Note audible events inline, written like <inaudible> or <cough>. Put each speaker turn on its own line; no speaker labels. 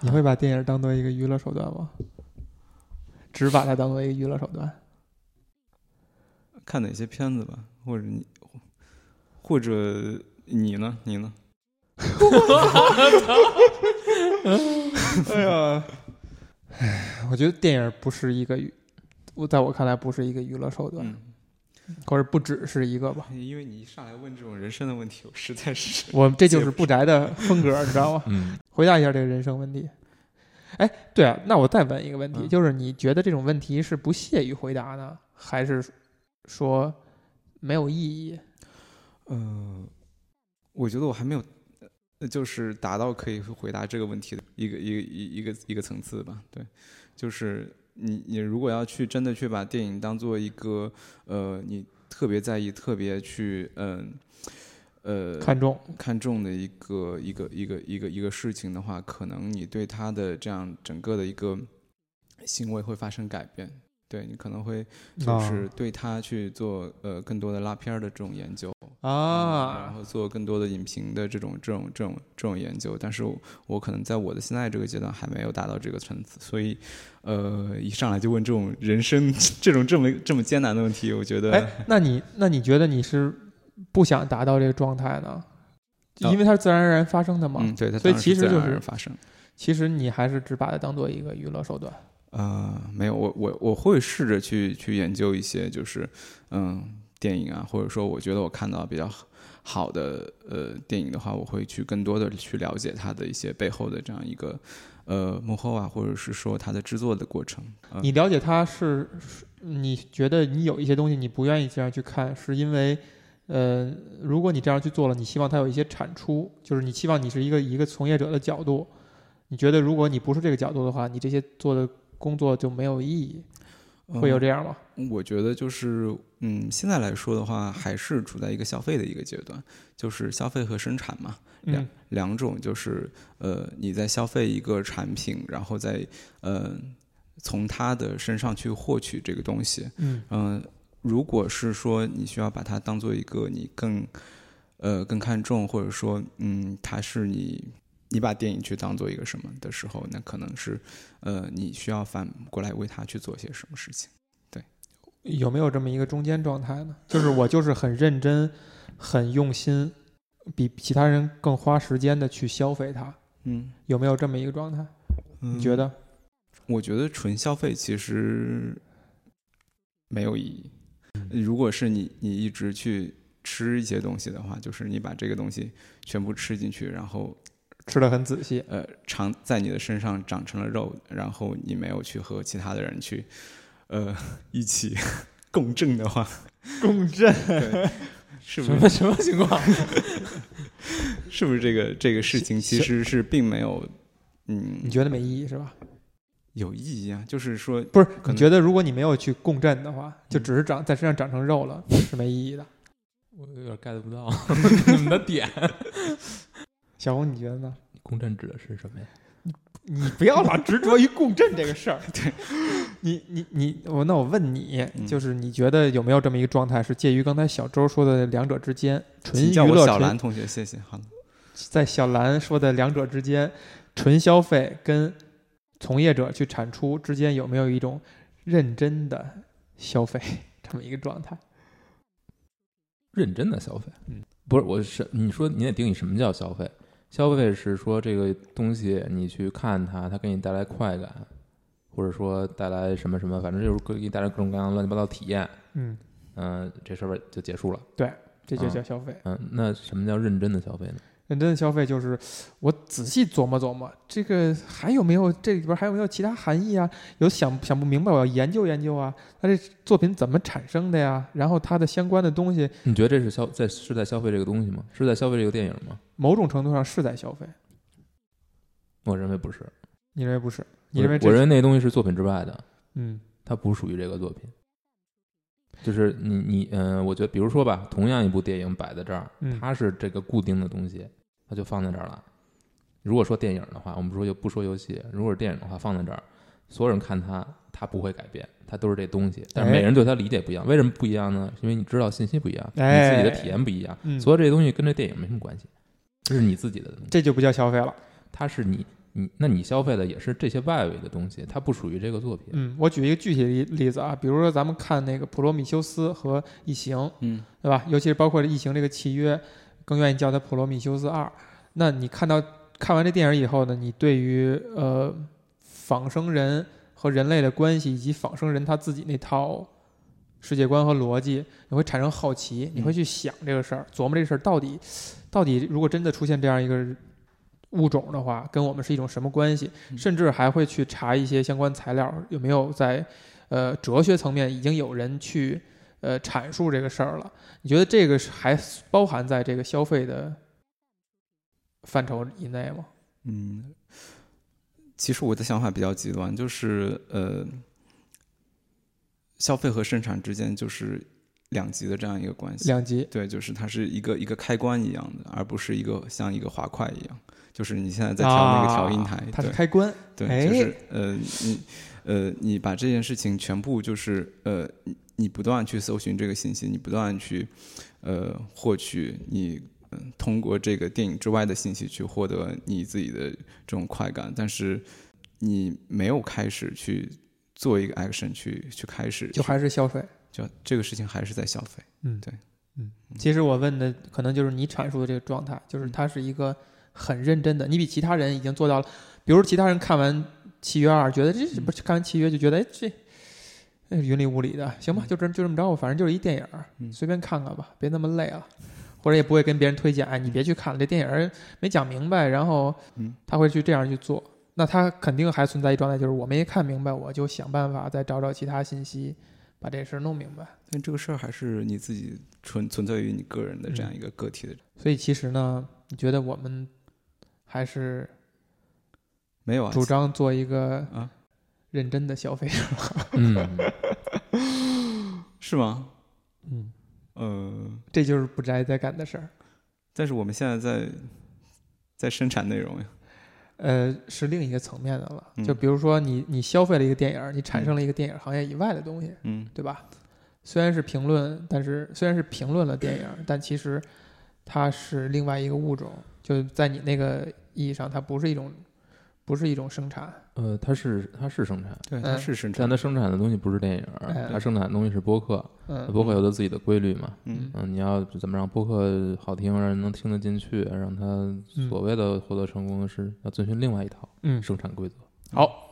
你会把电影当做一个娱乐手段吗？只把它当做一个娱乐手段？
看哪些片子吧，或者你，或者你呢？你呢？
哎呀，哎，我觉得电影不是一个娱，我在我看来不是一个娱乐手段，
嗯，
或者不只是一个吧。
因为你一上来问这种人生的问题，我实在是
我这就是不宅的风格，你知道吗？
嗯，
回答一下这个人生问题。哎，对啊，那我再问一个问题，
嗯
就是你觉得这种问题是不屑于回答呢，还是说没有意义？
呃，我觉得我还没有，呃就是达到可以回答这个问题的一个一个一一个一个层次吧。对，就是你你如果要去真的去把电影当做一个呃，你特别在意、特别去嗯呃
看重
看重的一个一个一个一个一个事情的话，可能你对他的这样整个的一个行为会发生改变。对你可能会
啊
就是对他去做呃更多的拉片儿的这种研究，嗯然
啊，
后做更多的影评的这种这种这种这种研究，但是我我可能在我的现在这个阶段还没有达到这个层次，所以，呃，一上来就问这种人生这种这么这么艰难的问题，我觉
哎、
得
那你那你觉得你是不想达到这个状态呢？
啊
因为它是自然而然发生的嘛。
嗯，对，它
所以
当然
其
是
实
自然
就
而
是
然发生。
其实你还是只把它当做一个娱乐手段。
呃，没有，我我我会试着去去研究一些，就是嗯，电影啊，或者说我觉得我看到比较好好的呃电影的话，我会去更多的去了解它的一些背后的这样一个呃幕后啊，或者是说它的制作的过程。呃、
你了解它是，是你觉得你有一些东西你不愿意这样去看，是因为，呃，如果你这样去做了，你希望它有一些产出，就是你希望你是一个一个从业者的角度，你觉得如果你不是这个角度的话，你这些做的工作就没有意义，会
嗯
有这样吗？
我觉得就是，嗯，现在来说的话，还是处在一个消费的一个阶段，就是消费和生产嘛，两、
嗯
两种就是，呃，你在消费一个产品，然后再，呃，从它的身上去获取这个东西，
嗯
嗯、如果是说你需要把它当做一个你更，呃，更看重，或者说，嗯，它是你你把电影去当做一个什么的时候，那可能是，呃，你需要反过来为它去做些什么事情。
有没有这么一个中间状态呢？就是我就是很认真、很用心，比其他人更花时间的去消费它，
嗯，
有没有这么一个状态？
你
你觉？得？
我觉得纯消费其实没有意义。
嗯
如果是你你一直去吃一些东西的话，就是你把这个东西全部吃进去，然后
吃的很仔
<laughs>
细，
呃长在你的身上长成了肉，然后你没有去和其他的人去呃一起 <laughs> 共振的话，
共振
对，是不是
什么什么情况？
是不是这个这个事情其实是并没有嗯
你觉得没意义是吧？
有意义啊？就是说
不是，
可
你
能
觉得如果你没有去共振的话，就只是长在身上长成肉了，是没意义的。
我有点 get 不到 <laughs> 你们的 <laughs> 点。
小红，你觉得呢？
共振指的是什么呀？
你不要老执着于共振这个事儿。 <laughs> 对，你你你，我那我问你，
嗯
就是你觉得有没有这么一个状态，是介于刚才小周说的两者之间，纯
请
娱
叫我
乐
小
纯
兰同学，谢谢，好了。
在小兰说的两者之间，纯消费跟从业者去产出之间有没有一种认真的消费 <laughs> 这么一个状态？
认真的消费。
嗯，
不是，我是你说你得定义什么叫消费？消费是说这个东西你去看它，它给你带来快感，或者说带来什么什么，反正就是给你带来各种各样乱七八糟体验。
嗯，
嗯、这事儿就结束了。
这就叫消费。
嗯、那什么叫认真的消费呢？
认真的消费就是我仔细琢磨琢磨，这个还有没有这里边还有没有其他含义啊？有想想不明白，我要研究研究啊。那这作品怎么产生的呀？然后它的相关的东西，
你觉得这是消在是在消费这个东西吗？是在消费这个电影吗？
某种程度上是在消费。
我认为不是。
你认为不是？你认为这
我认为那东西是作品之外的，
嗯
它不属于这个作品。就是你你嗯、呃我觉得比如说吧，同样一部电影摆在这儿，
嗯
它是这个固定的东西，它就放在这儿了。如果说电影的话，我们说就不说游戏，如果是电影的话，放在这儿，所有人看它，它不会改变，它都是这东西。但
哎
是每人对它理解不一样，为什么不一样呢？因为你知道信息不一样，
哎
你自己的体验不一样，
嗯，
所有这些东西跟这电影没什么关系，这是你自己的东西，
这就不叫消费了。
它是你你那你消费的也是这些外围的东西，它不属于这个作品。
<laughs> 嗯，我举一个具体的例例子啊，比如说咱们看那个《普罗米修斯》和《异形》，
嗯
对吧？尤其是包括《异形》这个契约，更愿意叫它《普罗米修斯二》。那你看到看完这电影以后呢，你对于呃仿生人和人类的关系，以及仿生人他自己那套世界观和逻辑，你会产生好奇，你会去想这个事儿，琢磨这事儿到底到底如果真的出现这样一个物种的话，跟我们是一种什么关系？
嗯
甚至还会去查一些相关材料，有没有在呃哲学层面已经有人去呃阐述这个事儿了？你觉得这个是还包含在这个消费的范畴以内吗？
嗯，其实我的想法比较极端，就是呃，消费和生产之间就是两极的这样一个关系。
两极，
对，就是它是一个一个开关一样的，而不是一个像一个滑块一样。就是你现在在调那个调音台，
啊它是
对
开关，
对，
哎
就是呃，你呃，你把这件事情全部就是呃，你你不断去搜寻这个信息，你不断去呃获取你。嗯，通过这个电影之外的信息去获得你自己的这种快感，但是你没有开始去做一个 action 去去开始，
就还是消费。
就这个事情还是在消费。
嗯，
对，
嗯。其实我问的可能就是你阐述的这个状态，
嗯
就是他是一个很认真的，你比其他人已经做到了。比如其他人看完《契约二》，觉得
嗯
这是不是看完《契约》就觉得哎这。哎云里雾里的，行吧，就这就这么着，反正就是一电影儿，
嗯
随便看看吧，别那么累了，或者也不会跟别人推荐，哎，你别去看了，这电影儿没讲明白，然后
嗯
他会去这样去做，那他肯定还存在一状态，就是我没看明白，我就想办法再找找其他信息，把这事儿弄明白。
但这个事儿还是你自己纯存在于你个人的
嗯
这样一个个体的，
所以其实呢，你觉得我们还是
没有啊，
主张做一个
啊
认真的消费 <laughs> 者？
嗯，
是吗？
嗯，
呃，
这就是不宅在干的事儿。
但是我们现在在在生产内容呀，
呃，是另一个层面的了。
嗯
就比如说你你消费了一个电影儿，你产生了一个电影行业以外的东西，
嗯
对吧？虽然是评论，但是虽然是评论了电影儿，但其实它是另外一个物种。就在你那个意义上，它不是一种，不是一种生产。
呃，它是它是生产，
对，
嗯
它是生
但
产，
它生产的东西不是电影儿，
哎
它生产的东西是播客，
嗯，
播客有它自己的规律嘛。
嗯
嗯，你要怎么让播客好听，让人能听得进去，让他所谓的获得成功是要遵循另外一套
嗯
生产规则。
好，